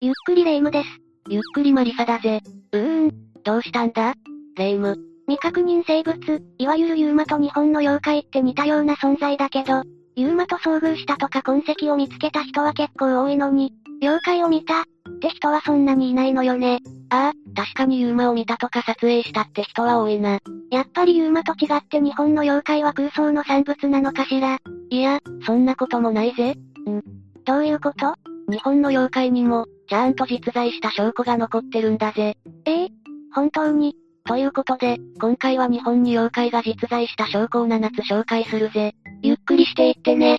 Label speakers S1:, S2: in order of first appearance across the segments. S1: ゆっくりレ夢ムです。
S2: ゆっくりマリサだぜ。
S1: うーん、
S2: どうしたんだレ夢ム。
S1: 未確認生物、いわゆるユーマと日本の妖怪って似たような存在だけど、ユーマと遭遇したとか痕跡を見つけた人は結構多いのに、妖怪を見たって人はそんなにいないのよね。
S2: ああ、確かにユーマを見たとか撮影したって人は多いな。
S1: やっぱりユーマと違って日本の妖怪は空想の産物なのかしら。
S2: いや、そんなこともないぜ。
S1: どういうこと
S2: 日本の妖怪にも、ちゃんと実在した証拠が残ってるんだぜ。
S1: ええ本当に、
S2: ということで、今回は日本に妖怪が実在した証拠を7つ紹介するぜ。
S1: ゆっくりしていってね。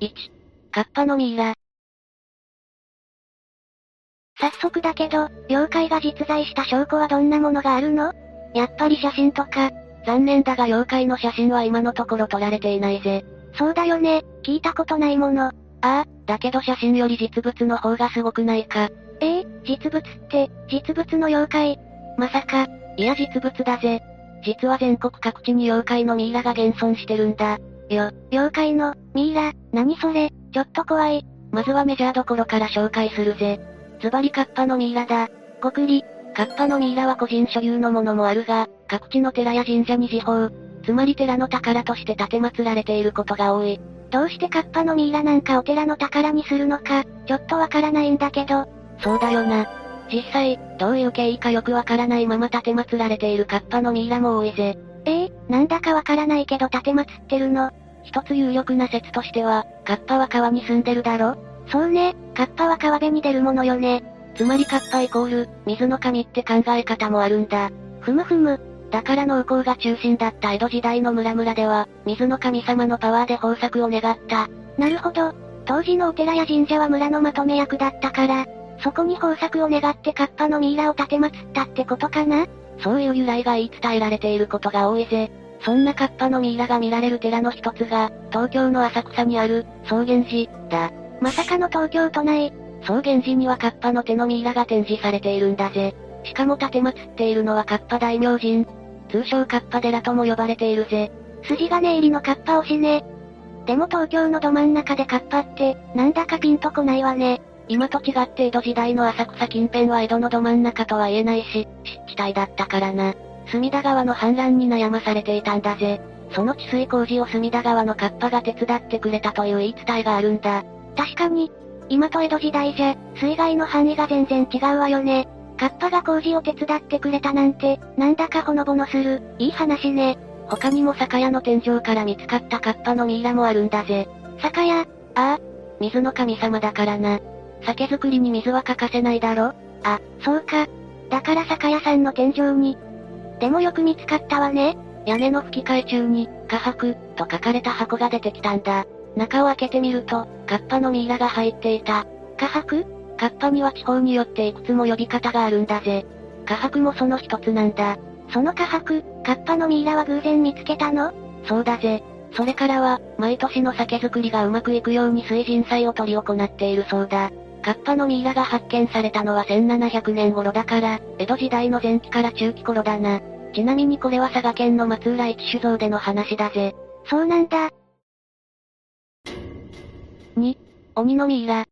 S2: 1、カッパのミイラ。
S1: 早速だけど、妖怪が実在した証拠はどんなものがあるのやっぱり写真とか、
S2: 残念だが妖怪の写真は今のところ撮られていないぜ。
S1: そうだよね、聞いたことないもの。
S2: ああ、だけど写真より実物の方がすごくないか。
S1: ええ実物って、実物の妖怪。
S2: まさか、いや実物だぜ。実は全国各地に妖怪のミイラが現存してるんだ。
S1: 妖怪の、ミイラ、何それ、ちょっと怖い。
S2: まずはメジャーどころから紹介するぜ。ズバリカッパのミイラだ。ごくり、カッパのミイラは個人所有のものもあるが、各地の寺や神社に自報、つまり寺の宝として建て祀られていることが多い。
S1: どうしてカッパのミイラなんかお寺の宝にするのか、ちょっとわからないんだけど、
S2: そうだよな。実際、どういう経緯かよくわからないまま建て祀られているカッパのミイラも多いぜ。
S1: ええなんだかわからないけど建て祀ってるの。
S2: 一つ有力な説としては、カッパは川に住んでるだろ
S1: そうね、カッパは川辺に出るものよね。
S2: つまりカッパイコール、水の神って考え方もあるんだ。
S1: ふむふむ、
S2: だから農耕が中心だった江戸時代の村々では、水の神様のパワーで豊作を願った。
S1: なるほど。当時のお寺や神社は村のまとめ役だったから、そこに豊作を願ってカッパのミイラを建て祀ったってことかな
S2: そういう由来が言い伝えられていることが多いぜ。そんなカッパのミイラが見られる寺の一つが、東京の浅草にある、草原寺、だ。
S1: まさかの東京都内、
S2: 草原寺にはカッパの手のミイラが展示されているんだぜ。しかも建て祀っているのはカッパ大名人。通称カッパ寺とも呼ばれているぜ。
S1: 筋金入りのカッパ推しね。でも東京のど真ん中でカッパって、なんだかピンとこないわね。
S2: 今と違って江戸時代の浅草近辺は江戸のど真ん中とは言えないし、湿地帯だったからな。隅田川の氾濫に悩まされていたんだぜ。その治水工事を隅田川のカッパが手伝ってくれたという言い伝えがあるんだ。
S1: 確かに、今と江戸時代じゃ、水害の範囲が全然違うわよね。カッパが工事を手伝ってくれたなんて、なんだかほのぼのする、いい話ね。
S2: 他にも酒屋の天井から見つかったカッパのミイラもあるんだぜ。
S1: 酒屋、
S2: 水の神様だからな。酒造りに水は欠かせないだろ
S1: あ、そうか。だから酒屋さんの天井に。でもよく見つかったわね。
S2: 屋根の吹き替え中に、火箔、と書かれた箱が出てきたんだ。中を開けてみると、カッパのミイラが入っていた。
S1: 火箔
S2: カッパには地方によっていくつも呼び方があるんだぜ。カハクもその一つなんだ。
S1: その火箔、カッパのミイラは偶然見つけたの
S2: そうだぜ。それからは、毎年の酒造りがうまくいくように水神祭を執り行っているそうだ。カッパのミイラが発見されたのは1700年頃だから、江戸時代の前期から中期頃だな。ちなみにこれは佐賀県の松浦一酒造での話だぜ。
S1: そうなんだ。
S2: 鬼のミイラ。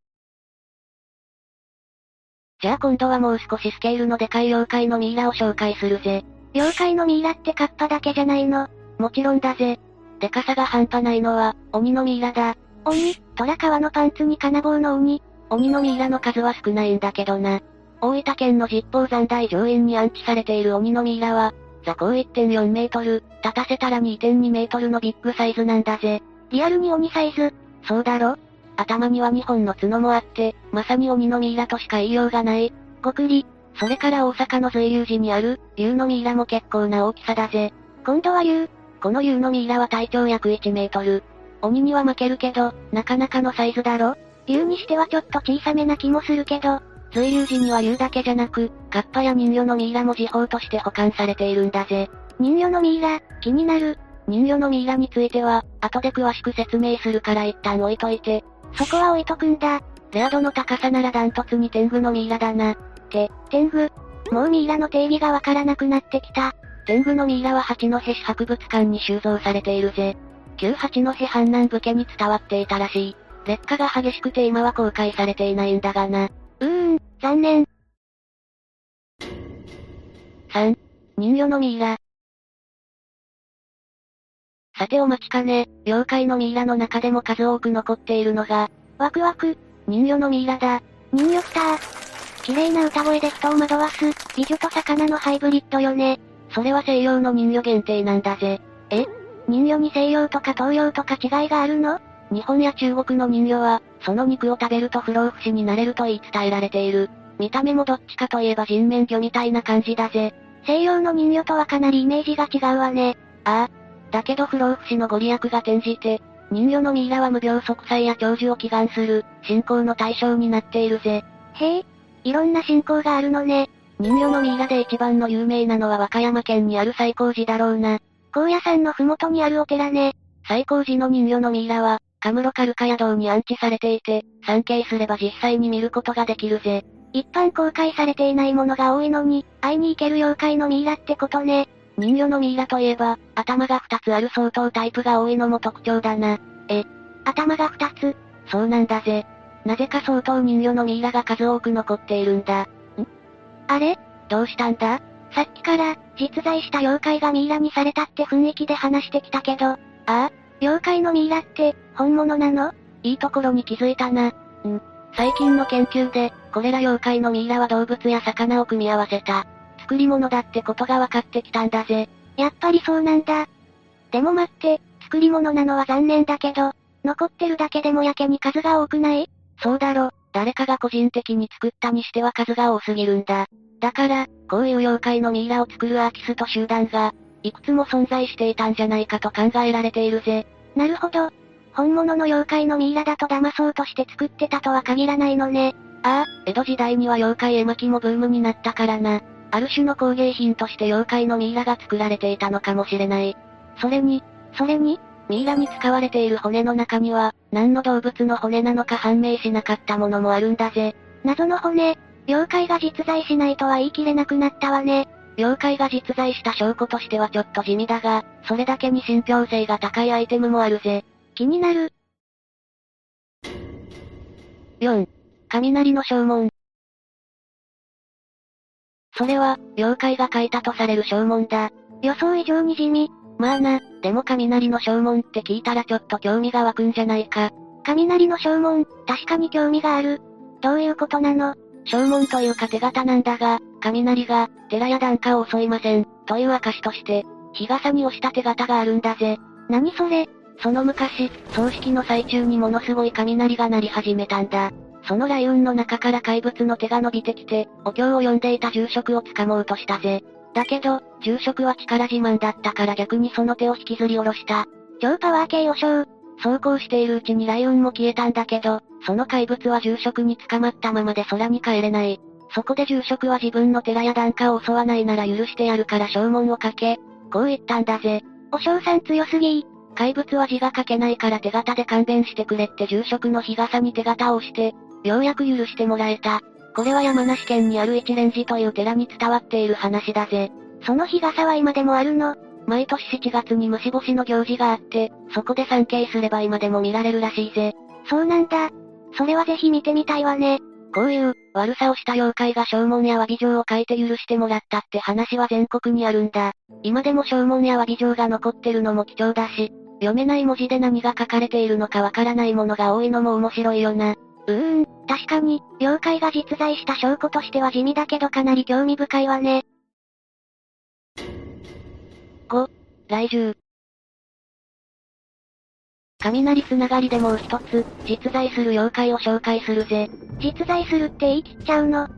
S2: じゃあ今度はもう少しスケールのでかい妖怪のミイラを紹介するぜ。
S1: 妖怪のミイラってカッパだけじゃないの。
S2: もちろんだぜ。でかさが半端ないのは、鬼のミイラだ。
S1: 鬼、虎川のパンツに金棒の鬼。
S2: 鬼のミイラの数は少ないんだけどな。大分県の実報山大上院に安置されている鬼のミイラは、座高1.4メートル、立たせたら2.2メートルのビッグサイズなんだぜ。
S1: リアルに鬼サイズ。
S2: そうだろ頭には2本の角もあって、まさに鬼のミイラとしか言いようがない。
S1: ごくり。
S2: それから大阪の随流寺にある、竜のミイラも結構な大きさだぜ。
S1: 今度は竜。
S2: この竜のミイラは体長約1メートル。鬼には負けるけど、なかなかのサイズだろ
S1: 竜にしてはちょっと小さめな気もするけど、
S2: 随流時には竜だけじゃなく、カッパや人魚のミイラも時報として保管されているんだぜ。
S1: 人魚のミイラ、気になる。
S2: 人魚のミイラについては、後で詳しく説明するから一旦置いといて、
S1: そこは置いとくんだ。
S2: レア度の高さならダントツに天狗のミイラだな。
S1: 天狗。もうミイラの定義がわからなくなってきた。
S2: 天狗のミイラは八戸市博物館に収蔵されているぜ。旧八戸阪南部家に伝わっていたらしい。劣化が激しくて今は公開されていないんだがな。
S1: うーん、残念。
S2: 3、人魚のミイラ。さてお待ちかね、妖怪のミイラの中でも数多く残っているのが、
S1: ワクワク、
S2: 人魚のミイラだ。
S1: 人魚スター。綺麗な歌声で人を惑わす、美女と魚のハイブリッドよね。
S2: それは西洋の人魚限定なんだぜ。
S1: 人魚に西洋とか東洋とか違いがあるの
S2: 日本や中国の人魚は、その肉を食べると不老不死になれると言い伝えられている。見た目もどっちかといえば人面魚みたいな感じだぜ。
S1: 西洋の人魚とはかなりイメージが違うわね。
S2: だけど不老不死のご利益が転じて、人魚のミイラは無病息災や長寿を祈願する、信仰の対象になっているぜ。
S1: へえ、いろんな信仰があるのね。
S2: 人魚のミイラで一番の有名なのは和歌山県にある最高寺だろうな。
S1: 高野山のふもとにあるお寺ね。
S2: 最高寺の人魚のミイラは、カムロカルカヤ堂に安置されていて、参詣すれば実際に見ることができるぜ。
S1: 一般公開されていないものが多いのに、会いに行ける妖怪のミイラってことね。
S2: 人魚のミイラといえば、頭が2つある相当タイプが多いのも特徴だな。
S1: 頭が二つ。
S2: そうなんだぜ。なぜか相当人魚のミイラが数多く残っているんだ。
S1: あれ
S2: どうしたんだ
S1: さっきから、実在した妖怪がミイラにされたって雰囲気で話してきたけど、ああ妖怪のミイラって、本物なの
S2: いいところに気づいたな。ん最近の研究で、これら妖怪のミイラは動物や魚を組み合わせた、作り物だってことが分かってきたんだぜ。
S1: やっぱりそうなんだ。でも待って、作り物なのは残念だけど、残ってるだけでもやけに数が多くない
S2: そうだろ、誰かが個人的に作ったにしては数が多すぎるんだ。だから、こういう妖怪のミイラを作るアーティスト集団が、いくつも存在していたんじゃないかと考えられているぜ。
S1: なるほど。本物の妖怪のミイラだと騙そうとして作ってたとは限らないのね。
S2: ああ、江戸時代には妖怪絵巻もブームになったからな。ある種の工芸品として妖怪のミイラが作られていたのかもしれない。それに、
S1: それに、
S2: ミイラに使われている骨の中には、何の動物の骨なのか判明しなかったものもあるんだぜ。
S1: 謎の骨、妖怪が実在しないとは言い切れなくなったわね。
S2: 妖怪が実在した証拠としてはちょっと地味だが、それだけに信憑性が高いアイテムもあるぜ。
S1: 気になる。
S2: 4. 雷の証文。それは、妖怪が書いたとされる証文だ。
S1: 予想以上に地味。
S2: まあな、でも雷の証文って聞いたらちょっと興味が湧くんじゃないか。
S1: 雷の証文、確かに興味がある。どういうことなの
S2: 証文というか手形なんだが、雷が、寺や檀家を襲いません、という証として、日傘に押した手形があるんだぜ。
S1: 何それ
S2: その昔、葬式の最中にものすごい雷が鳴り始めたんだ。その雷雲の中から怪物の手が伸びてきて、お経を読んでいた住職を掴もうとしたぜ。だけど、住職は力自慢だったから逆にその手を引きずり下ろした。
S1: 超パワー系お尚。
S2: そうこうしているうちに雷雲も消えたんだけど、その怪物は住職に捕まったままで空に帰れない。そこで住職は自分の寺や檀家を襲わないなら許してやるから証文をかけ、こう言ったんだぜ。
S1: お尚さん強すぎ
S2: 怪物は字が書けないから手形で勘弁してくれって住職の日傘に手形を押して、ようやく許してもらえた。これは山梨県にある一蓮寺という寺に伝わっている話だぜ。
S1: その日傘は今でもあるの
S2: 毎年7月に虫干しの行事があって、そこで参詣すれば今でも見られるらしいぜ。
S1: そうなんだ。それはぜひ見てみたいわね。
S2: こういう、悪さをした妖怪が証文や詫び状を書いて許してもらったって話は全国にあるんだ。今でも証文や詫び状が残ってるのも貴重だし、読めない文字で何が書かれているのかわからないものが多いのも面白いよな。
S1: うーん、確かに、妖怪が実在した証拠としては地味だけどかなり興味深いわね。
S2: 来獣。雷つながりでもう一つ、実在する妖怪を紹介するぜ。
S1: 実在するって言い切っちゃうの。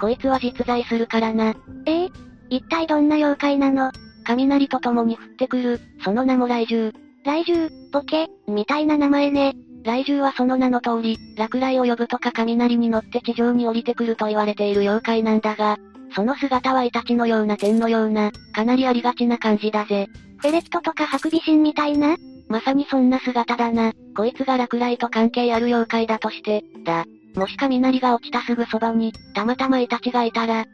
S2: こいつは実在するからな。
S1: ええ一体どんな妖怪なの
S2: 雷と共に降ってくる、その名も雷獣。
S1: 雷獣、ボケ、みたいな名前ね。
S2: 雷獣はその名の通り、落雷を呼ぶとか雷に乗って地上に降りてくると言われている妖怪なんだが、その姿はイタチのような天のような、かなりありがちな感じだぜ。
S1: フェレットとかハクビシンみたいな
S2: まさにそんな姿だな。こいつが落雷と関係ある妖怪だとして、だ。もし雷が落ちたすぐそばに、たまたまイタチがいたら、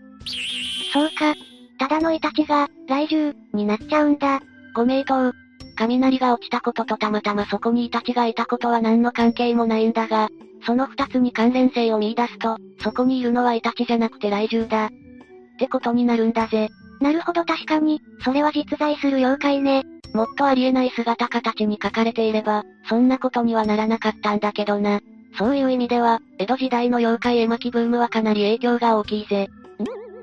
S1: そうか。ただのイタチが、雷獣、になっちゃうんだ。
S2: ご名答。雷が落ちたこととたまたまそこにイタチがいたことは何の関係もないんだが、その二つに関連性を見出すと、そこにいるのはイタチじゃなくて雷獣だ。ってことになるんだぜ。
S1: なるほど確かに、それは実在する妖怪ね。
S2: もっとありえない姿形に書かれていれば、そんなことにはならなかったんだけどな。そういう意味では、江戸時代の妖怪絵巻ブームはかなり影響が大きいぜ。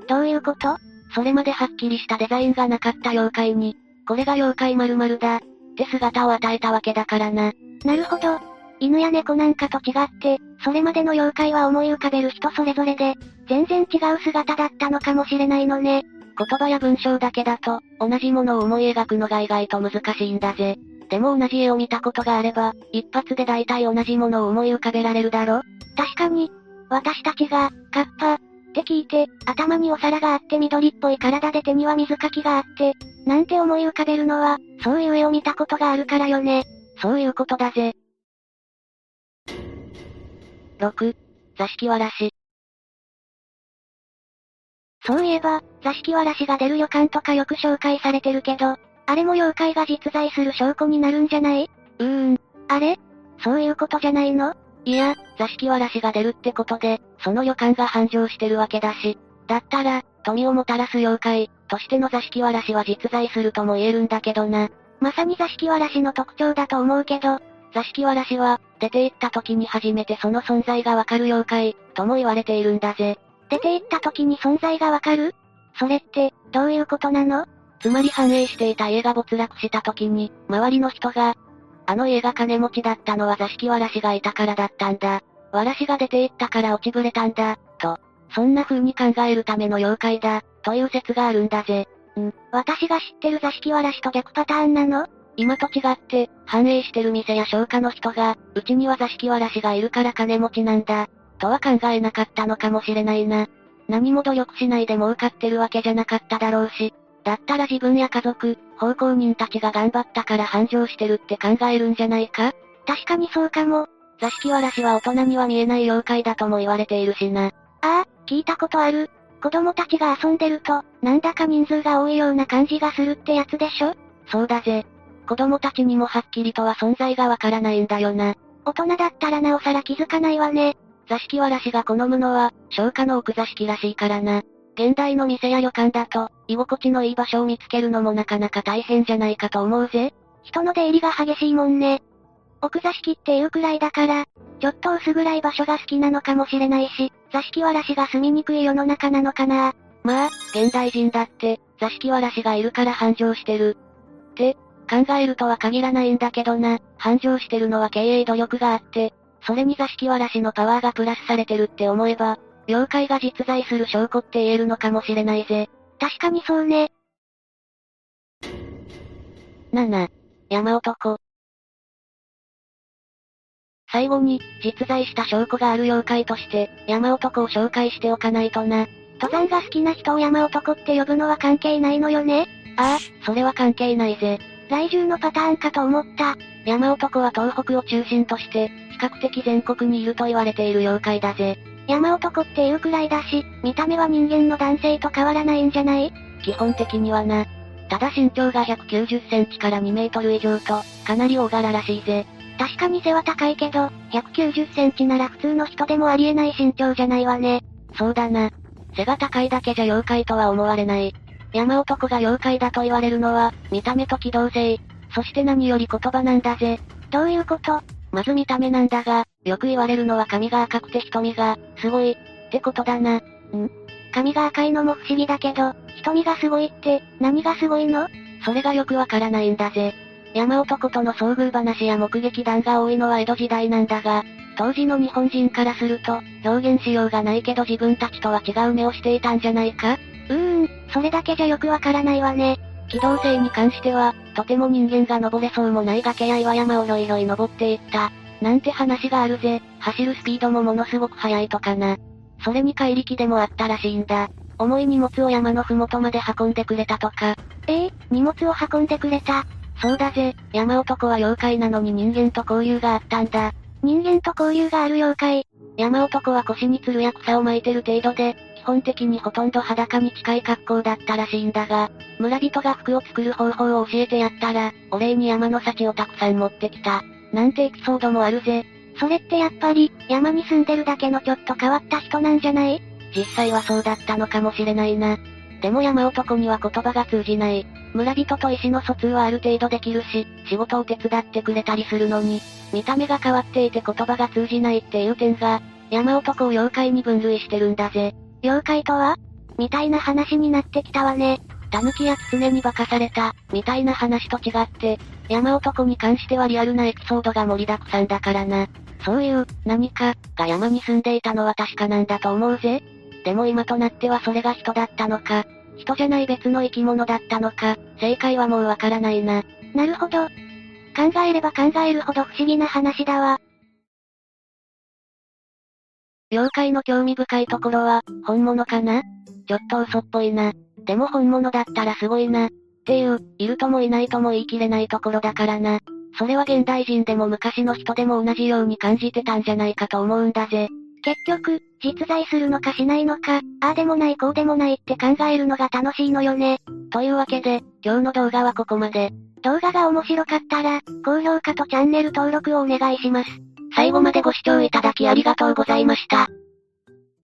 S1: どういうこと
S2: それまではっきりしたデザインがなかった妖怪に、これが妖怪〇〇だ、って姿を与えたわけだからな。
S1: なるほど。犬や猫なんかと違って、それまでの妖怪は思い浮かべる人それぞれで、全然違う姿だったのかもしれないのね。
S2: 言葉や文章だけだと、同じものを思い描くのが意外と難しいんだぜ。でも同じ絵を見たことがあれば、一発で大体同じものを思い浮かべられるだろ
S1: 確かに、私たちが、カッパ、って聞いて、頭にお皿があって緑っぽい体で手には水かきがあって、なんて思い浮かべるのは、そういう絵を見たことがあるからよね。
S2: そういうことだぜ。6、座敷わらし。
S1: そういえば、座敷わらしが出る予感とかよく紹介されてるけど、あれも妖怪が実在する証拠になるんじゃないう
S2: ーん。
S1: あれそういうことじゃないの
S2: いや、座敷わらしが出るってことで、その予感が繁盛してるわけだし。だったら、富をもたらす妖怪、としての座敷わらしは実在するとも言えるんだけどな。
S1: まさに座敷わらしの特徴だと思うけど、
S2: 座敷わらしは、出て行った時に初めてその存在がわかる妖怪、とも言われているんだぜ。
S1: 出て行った時に存在がわかるそれって、どういうことなの
S2: つまり繁栄していた家が没落した時に、周りの人が、あの家が金持ちだったのは座敷わらしがいたからだったんだ。わらしが出て行ったから落ちぶれたんだ、と。そんな風に考えるための妖怪だ、という説があるんだぜ。
S1: ん、私が知ってる座敷わらしと逆パターンなの
S2: 今と違って、繁栄してる店や商家の人が、うちには座敷わらしがいるから金持ちなんだ、とは考えなかったのかもしれないな。何も努力しないで儲かってるわけじゃなかっただろうし。だったら自分や家族、奉公人たちが頑張ったから繁盛してるって考えるんじゃないか
S1: 確かにそうかも。
S2: 座敷わらしは大人には見えない妖怪だとも言われているしな。
S1: ああ、聞いたことある。子供たちが遊んでると、なんだか人数が多いような感じがするってやつでしょ
S2: そうだぜ。子供たちにもはっきりとは存在がわからないんだよな。
S1: 大人だったらなおさら気づかないわね。
S2: 座敷わらしが好むのは、消化の奥座敷らしいからな。現代の店や旅館だと、居心地のいい場所を見つけるのもなかなか大変じゃないかと思うぜ。
S1: 人の出入りが激しいもんね。奥座敷っていうくらいだから、ちょっと薄暗い場所が好きなのかもしれないし、座敷わらしが住みにくい世の中なのかな。
S2: まあ、現代人だって、座敷わらしがいるから繁盛してる。って、考えるとは限らないんだけどな、繁盛してるのは経営努力があって、それに座敷わらしのパワーがプラスされてるって思えば、妖怪が実在する証拠って言えるのかもしれないぜ。
S1: 確かにそうね。
S2: 7、山男。最後に、実在した証拠がある妖怪として、山男を紹介しておかないとな。
S1: 登山が好きな人を山男って呼ぶのは関係ないのよね
S2: ああ、それは関係ないぜ。
S1: 来獣のパターンかと思った。
S2: 山男は東北を中心として、比較的全国にいると言われている妖怪だぜ。
S1: 山男っていうくらいだし、見た目は人間の男性と変わらないんじゃない
S2: 基本的にはな。ただ身長が190センチから2メートル以上と、かなり大柄らしいぜ。
S1: 確かに背は高いけど、190センチなら普通の人でもありえない身長じゃないわね。
S2: そうだな。背が高いだけじゃ妖怪とは思われない。山男が妖怪だと言われるのは、見た目と機動性、そして何より言葉なんだぜ。
S1: どういうこと
S2: まず見た目なんだが、よく言われるのは髪が赤くて瞳が、すごい、ってことだな。ん
S1: 髪が赤いのも不思議だけど、瞳がすごいって、何がすごいの
S2: それがよくわからないんだぜ。山男との遭遇話や目撃談が多いのは江戸時代なんだが、当時の日本人からすると、表現しようがないけど自分たちとは違う目をしていたんじゃないか
S1: うーん、それだけじゃよくわからないわね。
S2: 機動性に関しては、とても人間が登れそうもない崖や岩山をろいろい登っていった。なんて話があるぜ。走るスピードもものすごく速いとかな。それに怪力でもあったらしいんだ。重い荷物を山のふもとまで運んでくれたとか。
S1: ええー、荷物を運んでくれた。
S2: そうだぜ。山男は妖怪なのに人間と交流があったんだ。
S1: 人間と交流がある妖怪。
S2: 山男は腰につるや草を巻いてる程度で、基本的にほとんど裸に近い格好だったらしいんだが、村人が服を作る方法を教えてやったら、お礼に山の幸をたくさん持ってきた。なんてエピソードもあるぜ。
S1: それってやっぱり、山に住んでるだけのちょっと変わった人なんじゃない
S2: 実際はそうだったのかもしれないな。でも山男には言葉が通じない。村人と意思の疎通はある程度できるし、仕事を手伝ってくれたりするのに、見た目が変わっていて言葉が通じないっていう点が、山男を妖怪に分類してるんだぜ。
S1: 妖怪とはみたいな話になってきたわね。
S2: 狸や狐に化かされた、みたいな話と違って、山男に関してはリアルなエピソードが盛りだくさんだからな。そういう、何か、が山に住んでいたのは確かなんだと思うぜ。でも今となってはそれが人だったのか、人じゃない別の生き物だったのか、正解はもうわからないな。
S1: なるほど。考えれば考えるほど不思議な話だわ。
S2: 妖怪の興味深いところは、本物かなちょっと嘘っぽいな。でも本物だったらすごいな。っていう、いるともいないとも言い切れないところだからな。それは現代人でも昔の人でも同じように感じてたんじゃないかと思うんだぜ。
S1: 結局、実在するのかしないのか、ああでもないこうでもないって考えるのが楽しいのよね。
S2: というわけで、今日の動画はここまで。
S1: 動画が面白かったら、高評価とチャンネル登録をお願いします。
S2: 最後までご視聴いただきありがとうございました。